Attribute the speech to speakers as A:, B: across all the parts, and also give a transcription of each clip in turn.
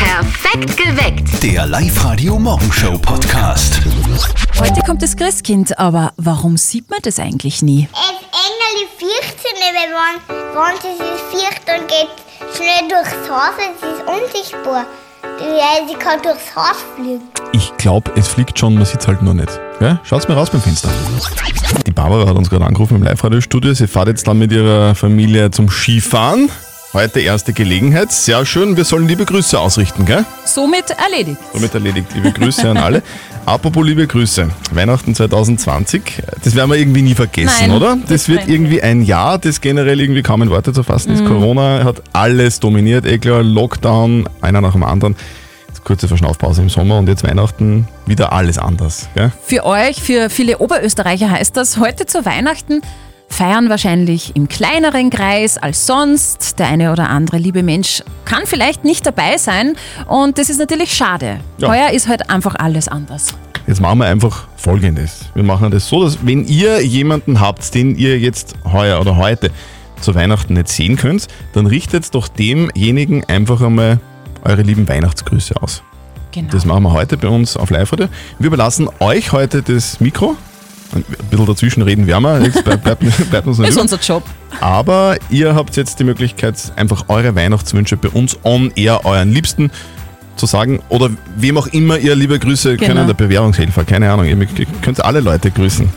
A: Perfekt geweckt.
B: Der Live-Radio Morgenshow Podcast.
C: Heute kommt das Christkind, aber warum sieht man das eigentlich nie?
D: Es Engel fürchten sie nicht, weil wenn, wenn sie sich fürchten und geht schnell durchs Haus, es ist unsichtbar. Ja, sie kann durchs Haus fliegen.
E: Ich glaube, es fliegt schon, man sieht es halt nur nicht. Gell? Schaut's mal raus beim Fenster. Die Barbara hat uns gerade angerufen im Live-Radio-Studio. Sie fährt jetzt dann mit ihrer Familie zum Skifahren. Heute erste Gelegenheit. Sehr schön. Wir sollen liebe Grüße ausrichten, gell?
C: Somit erledigt.
E: Somit erledigt. Liebe Grüße an alle. Apropos liebe Grüße. Weihnachten 2020, das werden wir irgendwie nie vergessen,
C: Nein,
E: oder?
C: das
E: Das wird
C: werden wir.
E: irgendwie ein Jahr, das generell irgendwie kaum in Worte zu fassen
C: Mhm.
E: ist. Corona hat alles dominiert, eh klar. Lockdown, einer nach dem anderen. Jetzt kurze Verschnaufpause im Sommer und jetzt Weihnachten wieder alles anders. Gell?
C: Für euch, für viele Oberösterreicher heißt das, heute zu Weihnachten feiern wahrscheinlich im kleineren Kreis als sonst. Der eine oder andere liebe Mensch kann vielleicht nicht dabei sein und das ist natürlich schade.
E: Ja.
C: Heuer ist halt einfach alles anders.
E: Jetzt machen wir einfach Folgendes. Wir machen das so, dass wenn ihr jemanden habt, den ihr jetzt heuer oder heute zu Weihnachten nicht sehen könnt, dann richtet doch demjenigen einfach einmal eure lieben Weihnachtsgrüße aus.
C: Genau.
E: Das machen wir heute bei uns auf Live-Radio. Wir überlassen euch heute das Mikro. Ein bisschen dazwischen reden werden wir, jetzt bleibt, bleibt, bleibt uns noch
C: ist
E: übrig.
C: unser Job.
E: Aber ihr habt jetzt die Möglichkeit, einfach eure Weihnachtswünsche bei uns on air euren Liebsten zu sagen oder wem auch immer ihr liebe Grüße
C: Genau.
E: können, der Bewährungshelfer, keine Ahnung, ihr könnt alle Leute grüßen.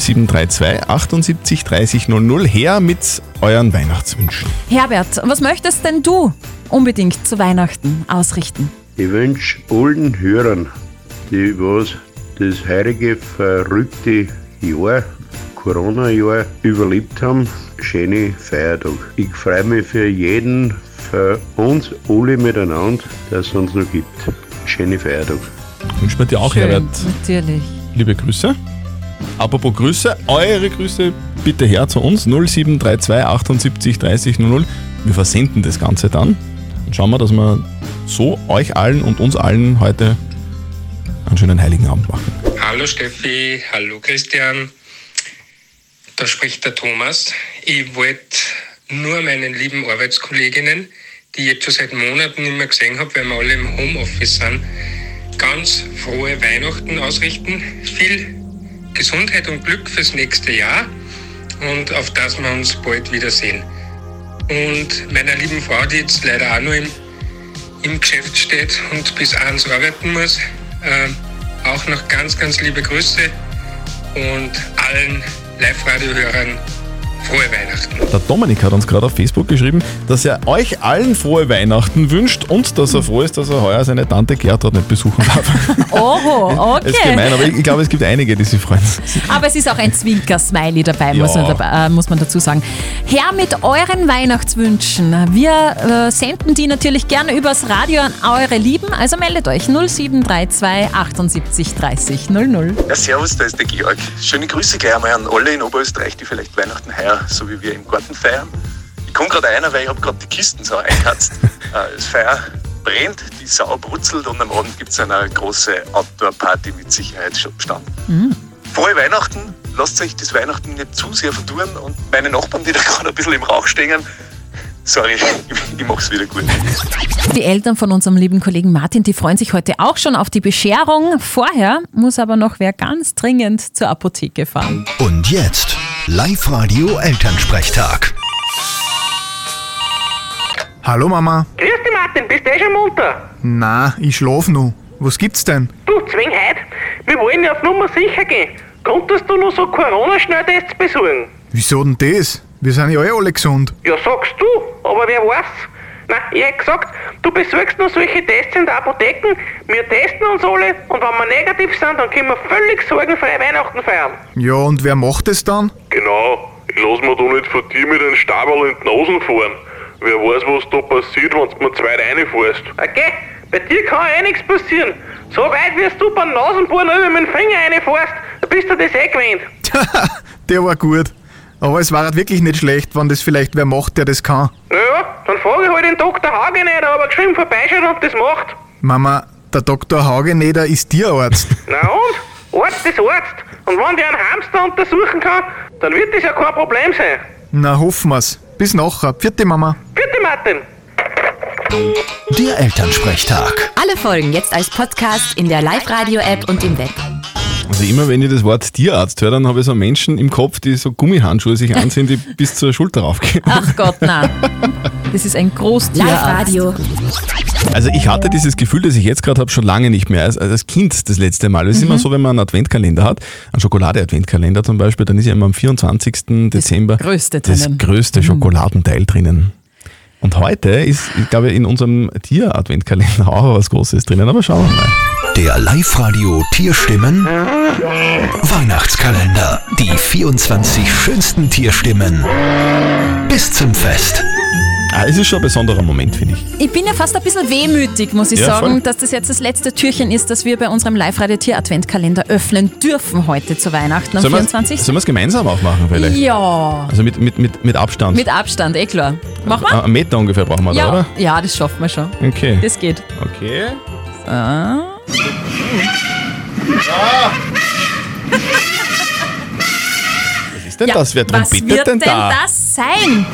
E: 0732 78 30 00 her mit euren Weihnachtswünschen.
C: Herbert, was möchtest denn du unbedingt zu Weihnachten ausrichten?
F: Ich wünsche allen Hörern, die was das heurige verrückte Jahr, Corona-Jahr überlebt haben, schöne Feiertag. Ich freue mich für jeden, für uns alle miteinander, dass es uns noch gibt. Schöne Feiertag.
E: Wünscht man dir auch, Herbert.
C: Natürlich.
E: Liebe Grüße. Apropos Grüße, eure Grüße bitte her zu uns 0732 78 30 00. Wir versenden das Ganze dann und schauen wir, dass wir so euch allen und uns allen heute einen schönen heiligen Abend machen.
G: Hallo Steffi, hallo Christian. Da spricht der Thomas. Ich wollte nur meinen lieben Arbeitskolleginnen, die ich jetzt schon seit Monaten nicht mehr gesehen habe, weil wir alle im Homeoffice sind, ganz frohe Weihnachten ausrichten. Viel Gesundheit und Glück fürs nächste Jahr und auf dass wir uns bald wiedersehen. Und meiner lieben Frau, die jetzt leider auch nur im im Geschäft steht und bis abends arbeiten muss. Ähm, auch noch ganz, ganz liebe Grüße und allen Live-Radio-Hörern frohe Weihnachten.
E: Der Dominik hat uns gerade auf Facebook geschrieben, dass er euch allen frohe Weihnachten wünscht und dass er froh ist, dass er heuer seine Tante Gertrud nicht besuchen darf.
C: Oho, Oh, okay.
E: Ist gemein, aber ich, ich glaube, es gibt einige, die sich freuen.
C: Aber es ist auch ein Zwinker-Smiley dabei,
E: Ja.
C: muss, man dabei äh, muss man dazu sagen. Her mit euren Weihnachtswünschen. Wir äh, senden die natürlich gerne übers Radio an eure Lieben. Also meldet euch 0732 78 30 00.
H: Ja, servus, da ist der Georg. Schöne Grüße gleich einmal an alle in Oberösterreich, die vielleicht Weihnachten heuer, so wie wir im Garten feiern. Ich komme gerade einer, weil ich habe gerade die Kisten so einkatzt. äh, das Feuer brennt, die Sau brutzelt und am Abend gibt es eine große Outdoor-Party mit Sicherheitsstand. Frohe Weihnachten, lasst euch das Weihnachten nicht zu sehr verduren und meine Nachbarn, die da gerade ein bisschen im Rauch stehen, sorry, ich, ich mach's wieder gut.
C: Die Eltern von unserem lieben Kollegen Martin, die freuen sich heute auch schon auf die Bescherung. Vorher muss aber noch wer ganz dringend zur Apotheke fahren.
B: Und jetzt Live-Radio Elternsprechtag.
I: Hallo Mama.
J: Grüß dich, Martin, bist du eh schon munter?
I: Na, ich schlaf noch. Was gibt's denn?
J: Du, zwing heut. Wir wollen ja auf Nummer sicher gehen. Konntest du noch so Corona-Schnelltests besorgen?
I: Wieso denn das? Wir sind ja eh alle gesund.
J: Ja, sagst du, aber wer weiß? Na, ich hätte gesagt, du besorgst noch solche Tests in der Apotheken, wir testen uns alle und wenn wir negativ sind, dann können wir völlig sorgenfrei Weihnachten feiern.
I: Ja, und wer macht das dann?
J: Genau, ich lass mir da nicht von dir mit den Stabel in die Nasen fahren. Wer weiß, was da passiert, wenn du mir zwei reinfährst. Okay, bei dir kann ja eh nichts passieren. So weit wirst du beim Nasenbohren über meinen Finger reinfährst, dann bist du das eh gewöhnt.
I: Der war gut. Aber es war halt wirklich nicht schlecht, wenn das vielleicht wer macht, der das kann.
J: Naja, dann frage ich halt den Dr. Hageneder, ob er geschrieben vorbeischaut und das macht.
I: Mama, der Dr. Hageneder ist Tierarzt.
J: Na und? Arzt ist Arzt. Und wenn der einen Hamster untersuchen kann, dann wird das ja kein Problem sein.
I: Na, hoffen wir's. Bis nachher. Vierte Mama.
J: Bitte, Martin.
B: Der Elternsprechtag.
A: Alle Folgen jetzt als Podcast in der Live-Radio-App und im Web.
E: Also immer wenn ich das Wort Tierarzt höre, dann habe ich so Menschen im Kopf, die so Gummihandschuhe sich anziehen, die bis zur Schulter raufgehen.
C: Ach Gott, na. Das ist ein Großtier.
A: Live-Radio.
E: Also ich hatte dieses Gefühl, das ich jetzt gerade habe, schon lange nicht mehr. Als, als Kind das letzte Mal. Es ist
C: Mhm.
E: immer so, wenn man einen Adventkalender hat, einen Schokolade-Adventkalender zum Beispiel, dann ist ja immer am 24. Dezember
C: größte
E: das
C: drinnen. Mhm.
E: größte Schokoladenteil drinnen. Und heute ist, ich glaube, in unserem Tier-Adventkalender auch was Großes drinnen, aber schauen wir mal.
B: Der Live-Radio Tierstimmen. Weihnachtskalender. Die 24 schönsten Tierstimmen. Bis zum Fest.
E: Ah, es ist schon ein besonderer Moment, finde ich.
C: Ich bin ja fast ein bisschen wehmütig, muss ich
E: Ja,
C: sagen,
E: voll.
C: dass das jetzt das letzte Türchen ist, das wir bei unserem Live-Radio-Tier-Adventkalender öffnen dürfen heute zu Weihnachten am
E: Sollen wir-
C: 24.
E: Sollen wir es gemeinsam aufmachen vielleicht?
C: Ja,
E: Also mit, mit, mit, mit Abstand.
C: mit Abstand, eh klar. Machen wir?
E: Ah, Einen Meter ungefähr brauchen wir da,
C: Ja,
E: oder?
C: ja, das schaffen wir schon.
E: Okay.
C: Das geht. Ah.
E: Okay. Was ist denn
C: Ja,
E: das? Wer
C: was
E: trompetet
C: wird
E: denn da?
C: das sein?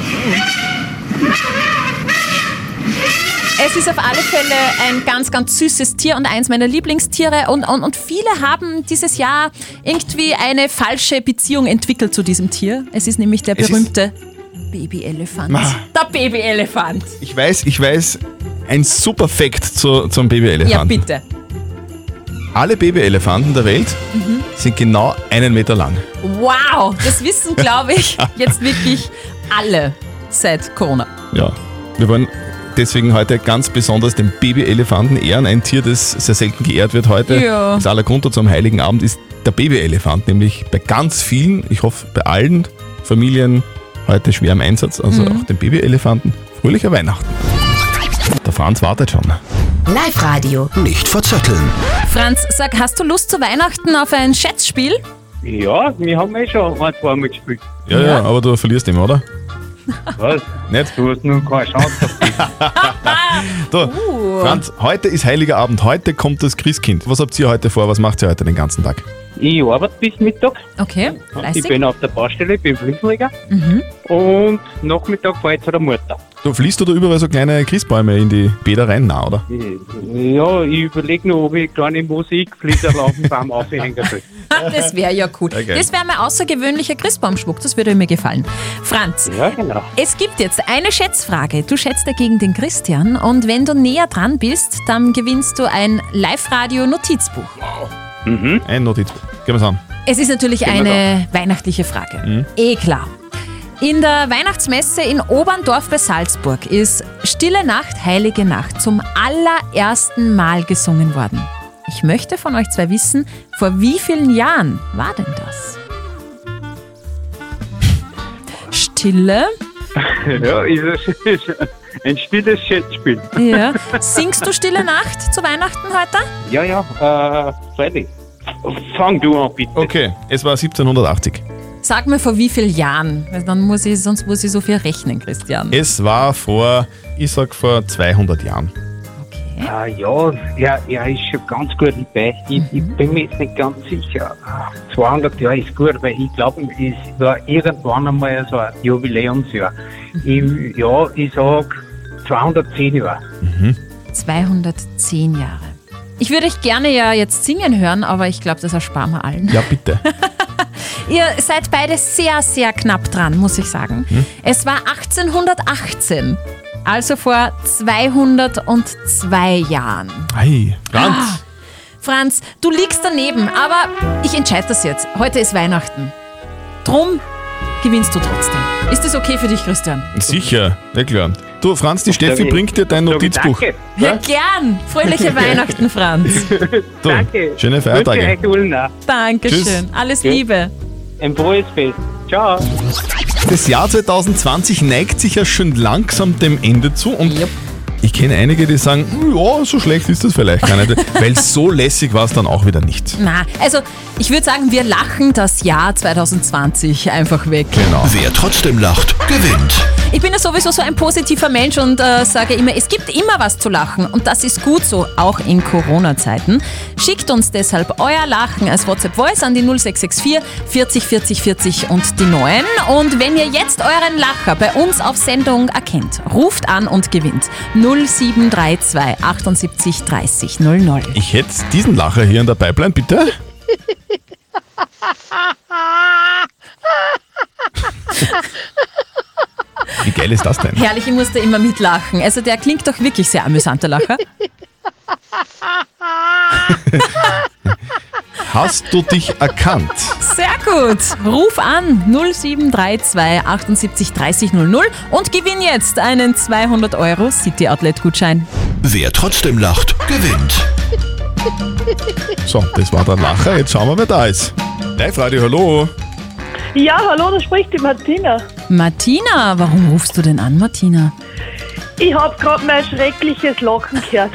C: Es ist auf alle Fälle ein ganz, ganz süßes Tier und eins meiner Lieblingstiere. Und, und, und viele haben dieses Jahr irgendwie eine falsche Beziehung entwickelt zu diesem Tier. Es ist nämlich der
E: Es ist-
C: berühmte Babyelefant.
E: Ma.
C: Der Babyelefant.
E: Ich weiß, ich weiß, ein super Fact zu, zum
C: Ja,
E: Babyelefanten.
C: bitte.
E: Alle Babyelefanten der Welt
C: Mhm.
E: sind genau einen Meter lang.
C: Wow, das wissen, glaube ich, jetzt wirklich alle seit Corona.
E: Ja. Wir wollen deswegen heute ganz besonders den Babyelefanten ehren. Ein Tier, das sehr selten geehrt wird heute.
C: Ja.
E: Das aller Grund dazu am Heiligen Abend ist der Babyelefant. Nämlich bei ganz vielen, ich hoffe bei allen Familien heute schwer im Einsatz. Also
C: Mhm.
E: auch den Babyelefanten. Fröhlicher Weihnachten. Der Franz wartet schon.
A: Live-Radio.
B: Nicht verzetteln.
C: Franz, sag, hast du Lust zu Weihnachten auf ein Schätzspiel?
K: Ja, wir haben eh schon ein, zwei Mal gespielt.
E: Ja, ja, aber du verlierst immer, oder?
K: Was?
E: Nicht?
K: Du hast nur keine Chance.
E: Du, Franz, heute ist Heiliger Abend. Heute kommt das Christkind. Was habt ihr heute vor? Was macht ihr heute den ganzen Tag?
K: ich arbeite bis Mittag.
C: Okay,
K: Ich
C: fleißig.
K: bin auf der Baustelle, bin Fließleger. Und Nachmittag fahre ich zu der Mutter.
E: Du fließt oder überall so kleine Christbäume in die Bäder rein? Na, oder?
K: Mhm. Ja, ich überlege noch, ob ich kleine Musikfließerl auf dem Baum aufhängen soll.
C: Das wäre ja cool.
E: Okay.
C: Das wäre mein außergewöhnlicher Christbaumschmuck, das würde mir gefallen. Franz,
K: Ja, genau.
C: es gibt jetzt eine Schätzfrage. Du schätzt dagegen den Christian und wenn du näher dran bist, dann gewinnst du ein Live-Radio-Notizbuch.
E: Ein Notiz. Gehen wir's an.
C: Es ist natürlich eine weihnachtliche Frage.
K: Mhm.
C: Eh klar. In der Weihnachtsmesse in Oberndorf bei Salzburg ist Stille Nacht, Heilige Nacht zum allerersten Mal gesungen worden. Ich möchte von euch zwei wissen, vor wie vielen Jahren war denn das? Stille?
K: Ja, ist es ist ein stilles Schätzspiel.
C: Ja. Singst du Stille Nacht zu Weihnachten heute?
K: Ja, ja, äh, freilich. Fang du an, bitte.
E: Okay, es war 1780.
C: Sag mir vor wie vielen Jahren, weil dann muss ich, sonst muss ich so viel rechnen, Christian.
E: Es war vor, ich sag vor 200 Jahren.
C: Okay.
K: Ah, ja, ja, ja, ist schon ganz gut dabei. Ich,
E: Mhm.
K: ich bin mir jetzt nicht ganz sicher. 200 Jahre ist gut, weil ich glaube, es war irgendwann einmal so ein Jubiläumsjahr. Ich, ja, ich sag 210 Jahre.
C: 210 Jahre. Ich würde euch gerne ja jetzt singen hören, aber ich glaube, das ersparen wir allen.
E: Ja, bitte.
C: Ihr seid beide sehr, sehr knapp dran, muss ich sagen. Es war 1818, also vor 202 Jahren.
E: Hi, Franz.
C: Franz, du liegst daneben, aber ich entscheide das jetzt. Heute ist Weihnachten. Drum gewinnst du trotzdem. Ist das okay für dich, Christian?
E: Ah. Sicher, na klar. Du, Franz, die Steffi
K: Danke.
E: bringt dir dein
K: Sag ich
E: Notizbuch.
K: Danke,
C: Ja, gern. Fröhliche Weihnachten, Franz.
K: danke.
E: Du, schöne Feiertage.
K: Wünsche euch allen auch.
C: Dankeschön.
E: Tschüss.
C: Alles
K: Tschüss.
C: Liebe.
K: Ein frohes Fest. Ciao.
E: Das Jahr 2020 neigt sich ja schon langsam dem Ende zu und
C: Jupp.
E: ich kenne einige, die sagen, "Hm, ja, so schlecht ist das vielleicht gar nicht, weil so lässig war es dann auch wieder nicht.
C: Na, also ich würde sagen, wir lachen das Jahr 2020 einfach weg.
E: Genau.
B: Wer trotzdem lacht, gewinnt.
C: Ich bin ja sowieso so ein positiver Mensch und äh, sage immer, es gibt immer was zu lachen und das ist gut so, auch in Corona-Zeiten. Schickt uns deshalb euer Lachen als WhatsApp-Voice an die 0664 40 40 40 und die 9. Und wenn ihr jetzt euren Lacher bei uns auf Sendung erkennt, ruft an und gewinnt 0732 78 30 00.
E: Ich hätte diesen Lacher hier in der Pipeline, bitte. Wie geil ist das denn?
C: Herrlich, ich musste immer mitlachen. Also der klingt doch wirklich sehr amüsant, der Lacher.
E: Hast du dich erkannt?
C: Sehr gut. Ruf an 0732 78 30 00 und gewinn jetzt einen 200 Euro City Outlet Gutschein.
B: Wer trotzdem lacht, gewinnt.
E: So, das war der Lacher. Jetzt schauen wir, wer da ist. Live-Radio, hallo.
J: Ja, hallo, da spricht die Martina.
C: Martina, warum rufst du denn an, Martina?
J: Ich habe gerade mein schreckliches Lachen gehört.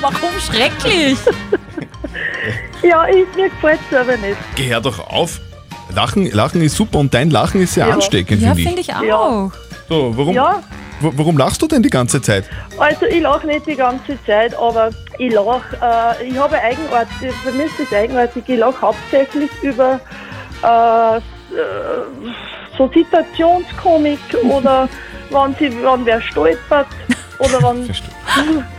C: Warum schrecklich?
J: ja, ich, mir gefällt es aber nicht.
E: Geh her doch auf. Lachen, Lachen ist super und dein Lachen ist sehr
J: Ja.
E: ansteckend,
C: Ja,
E: finde ich.
C: finde ich auch.
J: Ja.
E: So, warum,
J: Ja.
E: wa- warum lachst du denn die ganze Zeit?
J: Also ich lache nicht die ganze Zeit, aber ich lache, äh, ich habe eine Eigenart, für mich ist das eigenartig, ich lache hauptsächlich über äh, s- äh, so Situationskomik oder wann, sie, wann wer stolpert oder wann,
E: Verstehe.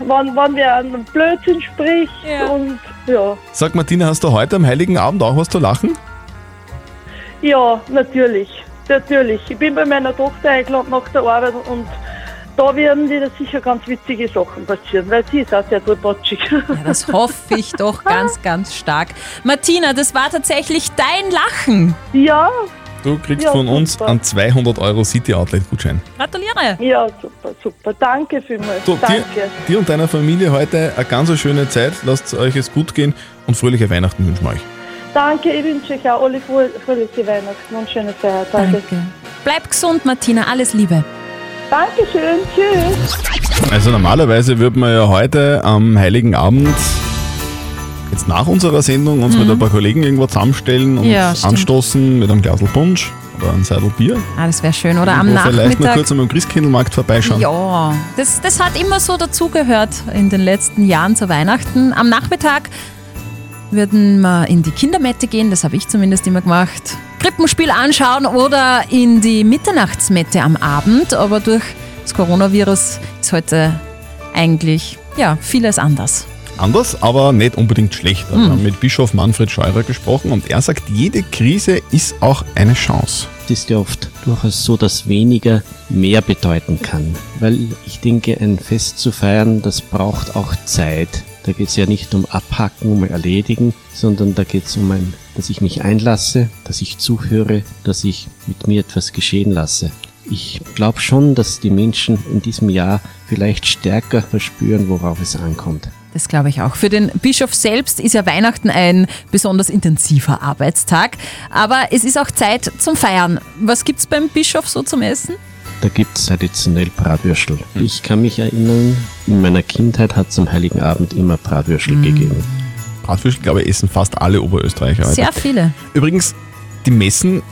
J: wann, wann wer einen Blödsinn spricht
C: Ja.
J: und ja.
E: Sag Martina, hast du heute am Heiligen Abend auch was zu lachen?
J: Ja, natürlich. Natürlich. Ich bin bei meiner Tochter eingeladen nach der Arbeit und da werden wieder sicher ganz witzige Sachen passieren, weil sie ist auch sehr tollpatschig.
C: Ja, das hoffe ich doch ganz, ganz stark. Martina, das war tatsächlich dein Lachen.
J: ja,
E: Du kriegst
J: Ja,
E: von uns
J: super.
E: einen 200 Euro City Outlet Gutschein.
C: Gratuliere.
J: ja, super, super. Danke vielmals.
E: So, dir,
J: Danke.
E: dir und deiner Familie heute eine ganz schöne Zeit. Lasst euch es gut gehen und fröhliche Weihnachten wünschen wir euch.
J: Danke, ich wünsche euch auch alle frohe- fröhliche Weihnachten und schöne Feiertage.
C: Bleib gesund, Martina. Alles Liebe.
J: Dankeschön. Tschüss.
E: Also normalerweise würde man ja heute am Heiligen Abend jetzt nach unserer Sendung uns mit ein paar Kollegen irgendwo zusammenstellen und
C: Ja, stimmt.
E: anstoßen mit einem Glas Punsch oder einem Seidel Bier.
C: Ah, das wäre schön. Oder am
E: und vielleicht noch
C: Nachmittag.
E: kurz am Christkindlmarkt vorbeischauen.
C: Ja, das, das hat immer so dazugehört in den letzten Jahren zu Weihnachten. Am Nachmittag würden wir in die Kindermette gehen, das habe ich zumindest immer gemacht. Krippenspiel anschauen oder in die Mitternachtsmette am Abend, aber durch das Coronavirus ist heute eigentlich ja, vieles anders.
E: Anders, aber nicht unbedingt schlecht. Also
C: Hm.
E: Wir haben mit Bischof Manfred Scheurer gesprochen und er sagt, jede Krise ist auch eine Chance.
L: Es ist ja oft durchaus so, dass weniger mehr bedeuten kann. Weil ich denke, ein Fest zu feiern, das braucht auch Zeit. Da geht es ja nicht um Abhacken, um Erledigen, sondern da geht es um ein, dass ich mich einlasse, dass ich zuhöre, dass ich mit mir etwas geschehen lasse. Ich glaube schon, dass die Menschen in diesem Jahr vielleicht stärker verspüren, worauf es ankommt.
C: Das glaube ich auch. Für den Bischof selbst ist ja Weihnachten ein besonders intensiver Arbeitstag, aber es ist auch Zeit zum Feiern. Was gibt es beim Bischof so zum Essen?
L: Da gibt's traditionell Bratwürstel. Ich kann mich erinnern, in meiner Kindheit hat's am Heiligen Abend immer Bratwürstel gegeben.
E: Bratwürstel, glaube ich, essen fast alle Oberösterreicher heute.
C: Sehr viele.
E: Übrigens, die Messen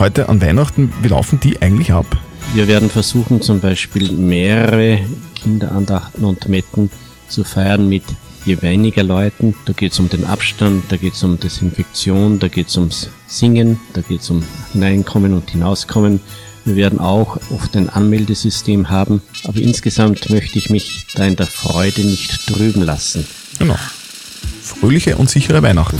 E: heute an Weihnachten, wie laufen die eigentlich ab?
L: Wir werden versuchen, zum Beispiel mehrere Kinderandachten und Metten zu feiern mit je weniger Leuten. Da geht's um den Abstand, da geht's um Desinfektion, da geht's ums Singen, da geht's um Hineinkommen und Hinauskommen. Wir werden auch oft ein Anmeldesystem haben, aber insgesamt möchte ich mich da in der Freude nicht trüben lassen.
E: Genau. Fröhliche und sichere Weihnachten.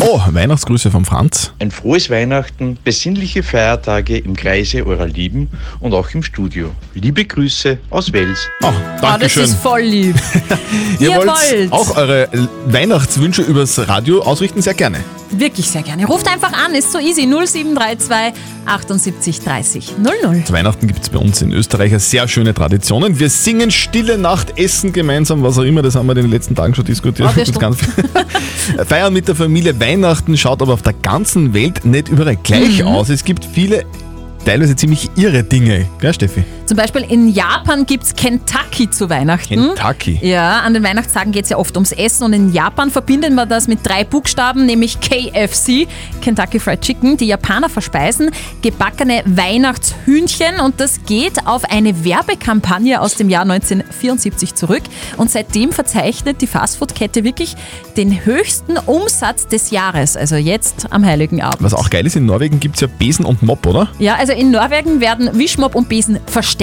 E: Oh, Weihnachtsgrüße von Franz.
M: Ein frohes Weihnachten, besinnliche Feiertage im Kreise eurer Lieben und auch im Studio. Liebe Grüße aus Wels.
E: Oh,
C: Ah, das
E: Dankeschön.
C: ist voll lieb.
E: Ihr
C: Ihr
E: wollt,
C: wollt.
E: auch eure Weihnachtswünsche übers Radio ausrichten, sehr gerne.
C: Wirklich sehr gerne. Ruft einfach an, ist so easy. 0732 78 30 00.
E: Zu Weihnachten gibt es bei uns in Österreich eine sehr schöne Traditionen. Wir singen Stille Nacht, essen gemeinsam, was auch immer. Das haben wir in den letzten Tagen schon diskutiert.
C: Ah, das
E: Mit ganz viel- Feiern mit der Familie. Weihnachten schaut aber auf der ganzen
C: Mhm.
E: Welt nicht überall gleich aus. Es gibt viele, teilweise ziemlich irre Dinge. Gell, Steffi?
C: Zum Beispiel in Japan gibt es Kentucky zu Weihnachten.
E: Kentucky?
C: Ja, an den Weihnachtstagen geht es ja oft ums Essen und in Japan verbinden wir das mit drei Buchstaben, nämlich KFC, Kentucky Fried Chicken. Die Japaner verspeisen gebackene Weihnachtshühnchen und das geht auf eine Werbekampagne aus dem Jahr 1974 zurück. Und seitdem verzeichnet die Fastfood-Kette wirklich den höchsten Umsatz des Jahres, also jetzt am Heiligen Abend.
E: Was auch geil ist, in Norwegen gibt es ja Besen und Mob, oder?
C: Ja, also in Norwegen werden Wischmob und Besen versteckt.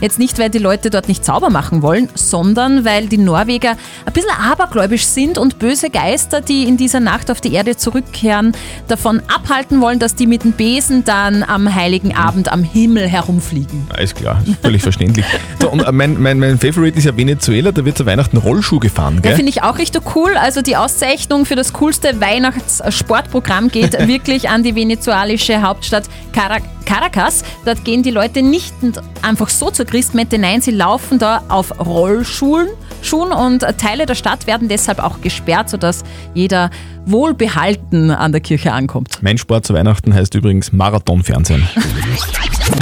C: Jetzt nicht, weil die Leute dort nicht sauber machen wollen, sondern weil die Norweger ein bisschen abergläubisch sind und böse Geister, die in dieser Nacht auf die Erde zurückkehren, davon abhalten wollen, dass die mit dem Besen dann am Heiligen Abend am Himmel herumfliegen.
E: Alles klar, ist völlig verständlich. So, und äh, mein, mein, mein Favorite ist ja Venezuela, da wird zu Weihnachten Rollschuh gefahren,
C: Ja,
E: gell?
C: finde ich auch richtig cool. Also die Auszeichnung für das coolste Weihnachtssportprogramm geht wirklich an die venezuelische Hauptstadt Carac Caracas. Dort gehen die Leute nicht einfach so zur Christmette, nein, sie laufen da auf Rollschuhen Schuhen und Teile der Stadt werden deshalb auch gesperrt, sodass jeder wohlbehalten an der Kirche ankommt.
E: mein Sport zu Weihnachten heißt übrigens Marathonfernsehen.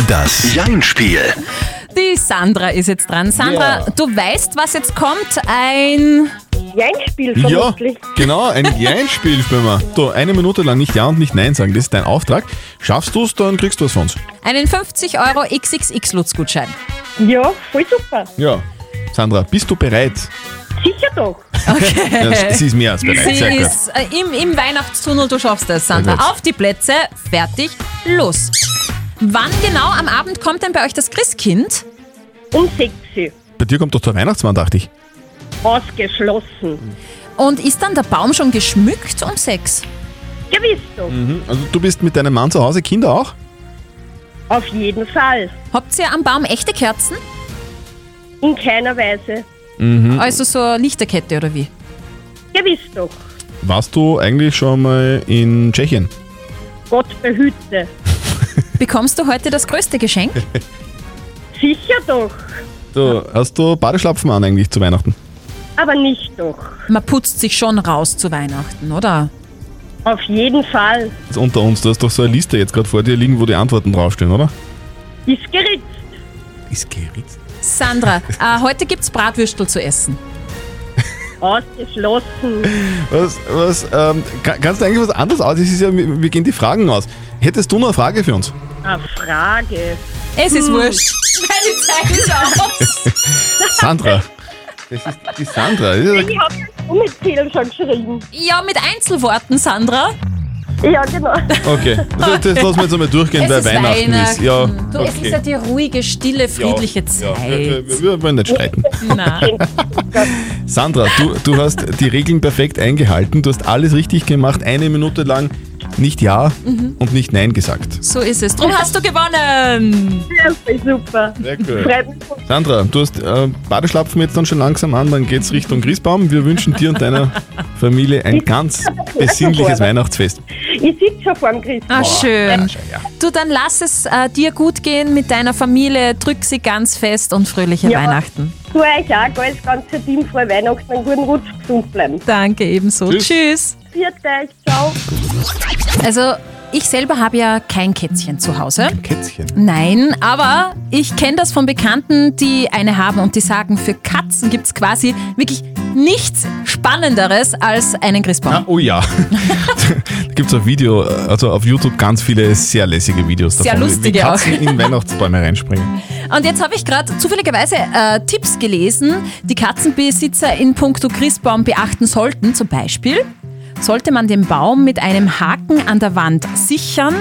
E: Das Jein-Spiel.
C: Die Sandra ist jetzt dran. Sandra,
E: Ja.
C: du weißt, was jetzt kommt? Ein Jeinspiel
E: Ja, genau, ein Jein-Spiel spielen wir. So, eine Minute lang nicht Ja und nicht Nein sagen, das ist dein Auftrag. Schaffst du es, dann kriegst du was von uns.
C: Einen 50 Euro XXX-Lutz-Gutschein.
J: Ja, voll super.
E: Ja. Sandra, bist du bereit?
J: Sicher doch.
E: Ja, s- sie ist mehr als bereit.
C: Sie
E: sehr klar.
C: ist äh, im, im Weihnachtstunnel, du schaffst das, Sandra.
E: Sehr gut.
C: Auf die Plätze, fertig, los. Wann genau am Abend kommt denn bei euch das Christkind?
J: Um 6
E: Bei dir kommt doch der Weihnachtsmann, dachte ich.
J: Ausgeschlossen.
C: Und ist dann der Baum schon geschmückt um 6?
J: Gewiss doch.
E: Mhm. Also du bist mit deinem Mann zu Hause, Kinder auch?
J: Auf jeden Fall.
C: Habt ihr am Baum echte Kerzen?
J: In keiner Weise.
E: Mhm.
C: Also so eine Lichterkette oder wie?
J: Gewiss doch.
E: Warst du eigentlich schon mal in Tschechien?
J: Gott behüte.
C: Bekommst du heute das größte Geschenk?
J: Sicher doch.
E: So, hast du Badeschlapfen an eigentlich zu Weihnachten?
J: Aber nicht doch.
C: Man putzt sich schon raus zu Weihnachten, oder?
J: Auf jeden Fall.
E: Jetzt Also unter uns, du hast doch so eine Liste jetzt gerade vor dir liegen, wo die Antworten draufstehen, oder?
J: Ist geritzt.
E: Ist geritzt.
C: Sandra, äh, heute gibt's Bratwürstel zu essen.
J: Ausgeschlossen.
E: Was, was, ähm, kann, kannst du eigentlich was anderes aus? Es ist ja, wir wir gehen die Fragen aus. Hättest du noch eine Frage für uns?
J: Eine Frage.
C: Es ist
J: Hm.
C: wurscht. Meine Zeit ist aus.
E: Sandra. Das ist die Sandra. Das ist ja-
J: Ich habe das Ummezähl schon geschrieben.
C: Ja, mit Einzelworten, Sandra.
J: Ja, genau.
E: Okay, das, das lassen wir jetzt einmal durchgehen,
C: Es
E: weil
C: ist
E: Weihnachten, ist. Ja,
C: Du, Es ist ja die ruhige, stille, friedliche Zeit.
E: Ja, wir, wir, wir wollen nicht streiten.
C: Nein.
E: Sandra, du, du hast die Regeln perfekt eingehalten. Du hast alles richtig gemacht. Eine Minute lang nicht Ja
C: Mhm.
E: und nicht Nein gesagt.
C: So ist es. Drum hast du gewonnen.
J: Ja, super.
E: Sehr gut. Sandra, du hast äh, Badeschlapfen jetzt dann schon langsam an. Dann geht's Richtung Christbaum. Wir wünschen dir und deiner Familie ein ganz besinnliches Weihnachtsfest.
J: Ich sitze schon vor dem Christbaum.
C: Ah, schön. Du, dann lass es äh, dir gut gehen mit deiner Familie. Drück sie ganz fest und fröhliche
J: Ja.
C: Weihnachten.
J: Du euch auch, gell, das ganze Team, frohe Weihnachten, einen guten Rutsch, gesund bleiben.
C: Danke ebenso. Tschüss.
J: Viert euch, ciao.
C: Also, ich selber habe ja kein Kätzchen zu Hause.
E: Kätzchen?
C: Nein, aber ich kenne das von Bekannten, die eine haben und die sagen, für Katzen gibt es quasi wirklich nichts Spannenderes als einen Christbaum.
E: Ah, oh ja. da gibt es auf Video, äh, also auf YouTube ganz viele sehr lässige Videos
C: Sehr
E: davon. wie-
C: lustige
E: wie Katzen
C: auch.
E: in Weihnachtsbäume reinspringen.
C: Und jetzt habe ich gerade zufälligerweise äh, Tipps gelesen, die Katzenbesitzer in puncto Christbaum beachten sollten. Zum Beispiel sollte man den Baum mit einem Haken an der Wand sichern,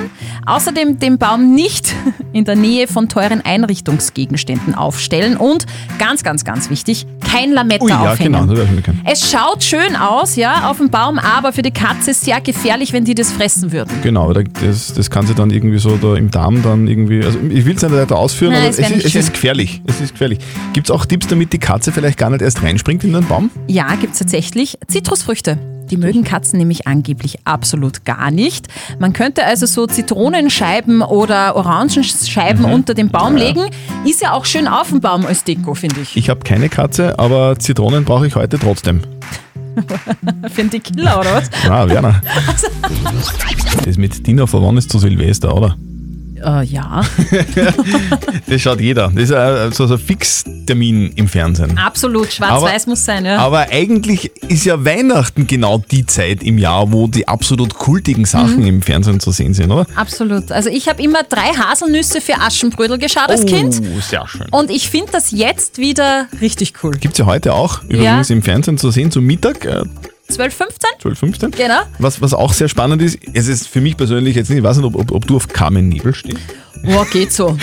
C: außerdem den Baum nicht in der Nähe von teuren Einrichtungsgegenständen aufstellen und ganz, ganz, ganz wichtig, kein Lametta
E: Ui, ja,
C: aufhängen.
E: genau, das wäre schon bekannt.
C: Es schaut schön aus, ja, auf dem Baum, aber für die Katze sehr gefährlich, wenn die das fressen würden.
E: Genau, aber da- das, das kann sie dann irgendwie so da im Darm dann irgendwie. Also ich will es nicht weiter ausführen,
C: Nein,
E: aber
C: es wär
E: es, ist,
C: nicht
E: es ist
C: schön.
E: gefährlich. Es ist gefährlich. Gibt es auch Tipps, damit die Katze vielleicht gar nicht erst reinspringt in den Baum?
C: Ja, gibt's tatsächlich. Zitrusfrüchte. Die mögen Katzen nämlich angeblich absolut gar nicht. Man könnte also so Zitronenscheiben oder Orangenscheiben
E: Mhm.
C: unter den Baum
E: Ja, ja.
C: legen. Ist ja auch schön auf dem Baum als Deko, finde ich.
E: Ich habe keine Katze, aber Zitronen brauche ich heute trotzdem.
C: Für die Killer, oder was?
E: Ah, Werner. Das mit Dina verwandt ist zu Silvester, oder?
C: Äh, ja,
E: Das schaut jeder. Das ist ein- so so ein Fixtermin im Fernsehen.
C: absolut. Schwarz-Weiß
E: Aber-
C: muss sein, ja.
E: Aber eigentlich ist ja Weihnachten genau die Zeit im Jahr, wo die absolut kultigen Sachen
C: Mhm.
E: im Fernsehen zu sehen sind, oder?
C: absolut. Also ich habe immer drei Haselnüsse für Aschenbrödel geschaut als Kind.
E: Oh, sehr schön.
C: Und ich finde das jetzt wieder richtig cool.
E: Gibt es ja heute auch übrigens im Fernsehen zu sehen, zum Mittag, äh,
C: 12, 15?
E: 12, 15.
C: Genau.
E: Was, was auch sehr spannend ist, es ist für mich persönlich jetzt nicht, ich weiß nicht, ob, ob, ob du auf Carmen Nebel stehst.
C: Boah, geht so.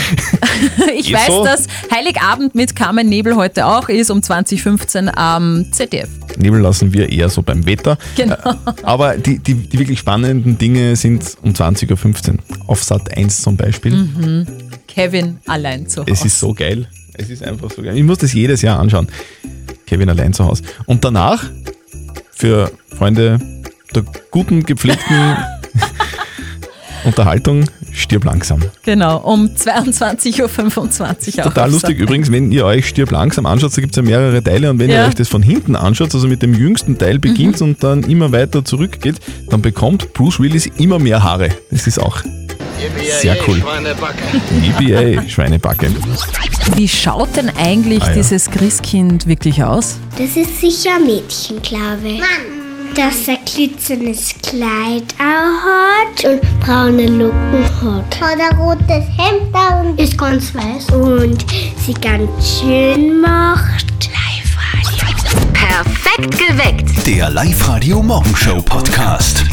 C: ich
E: Geht
C: weiß,
E: so?
C: dass Heiligabend mit Carmen Nebel heute auch ist, um 2015 am ZDF.
E: Nebel lassen wir eher so beim Wetter. Äh,
C: Genau.
E: Aber die, die, die wirklich spannenden Dinge sind um 20.15 Uhr. Auf Sat 1 zum Beispiel.
C: Mhm. Kevin allein zu Hause.
E: Es ist so geil. Es ist einfach so geil. Ich muss das jedes Jahr anschauen. Kevin allein zu Hause. Und danach, für Freunde der guten, gepflegten Unterhaltung, stirb langsam.
C: Genau, um 22.25 Uhr auch.
E: Total
C: auf
E: lustig
C: Sat.
E: übrigens, wenn ihr euch stirb langsam anschaut, da gibt es ja mehrere Teile und wenn ihr
C: Ja.
E: euch das von hinten anschaut, also mit dem jüngsten Teil beginnt und dann immer weiter zurückgeht, dann bekommt Bruce Willis immer mehr Haare. Das ist auch sehr cool. EBA, Schweinebacke.
C: Wie schaut denn eigentlich
E: Ah, ja.
C: dieses Christkind wirklich aus?
D: Das ist sicher Mädchen, glaube ich. Mann. Dass er glitzerndes Kleid auch hat und braune Locken hat. Hat ein rotes Hemd da und ist ganz weiß. Und sie ganz schön macht.
A: Perfekt geweckt.
B: Der Live-Radio Morgenshow Podcast.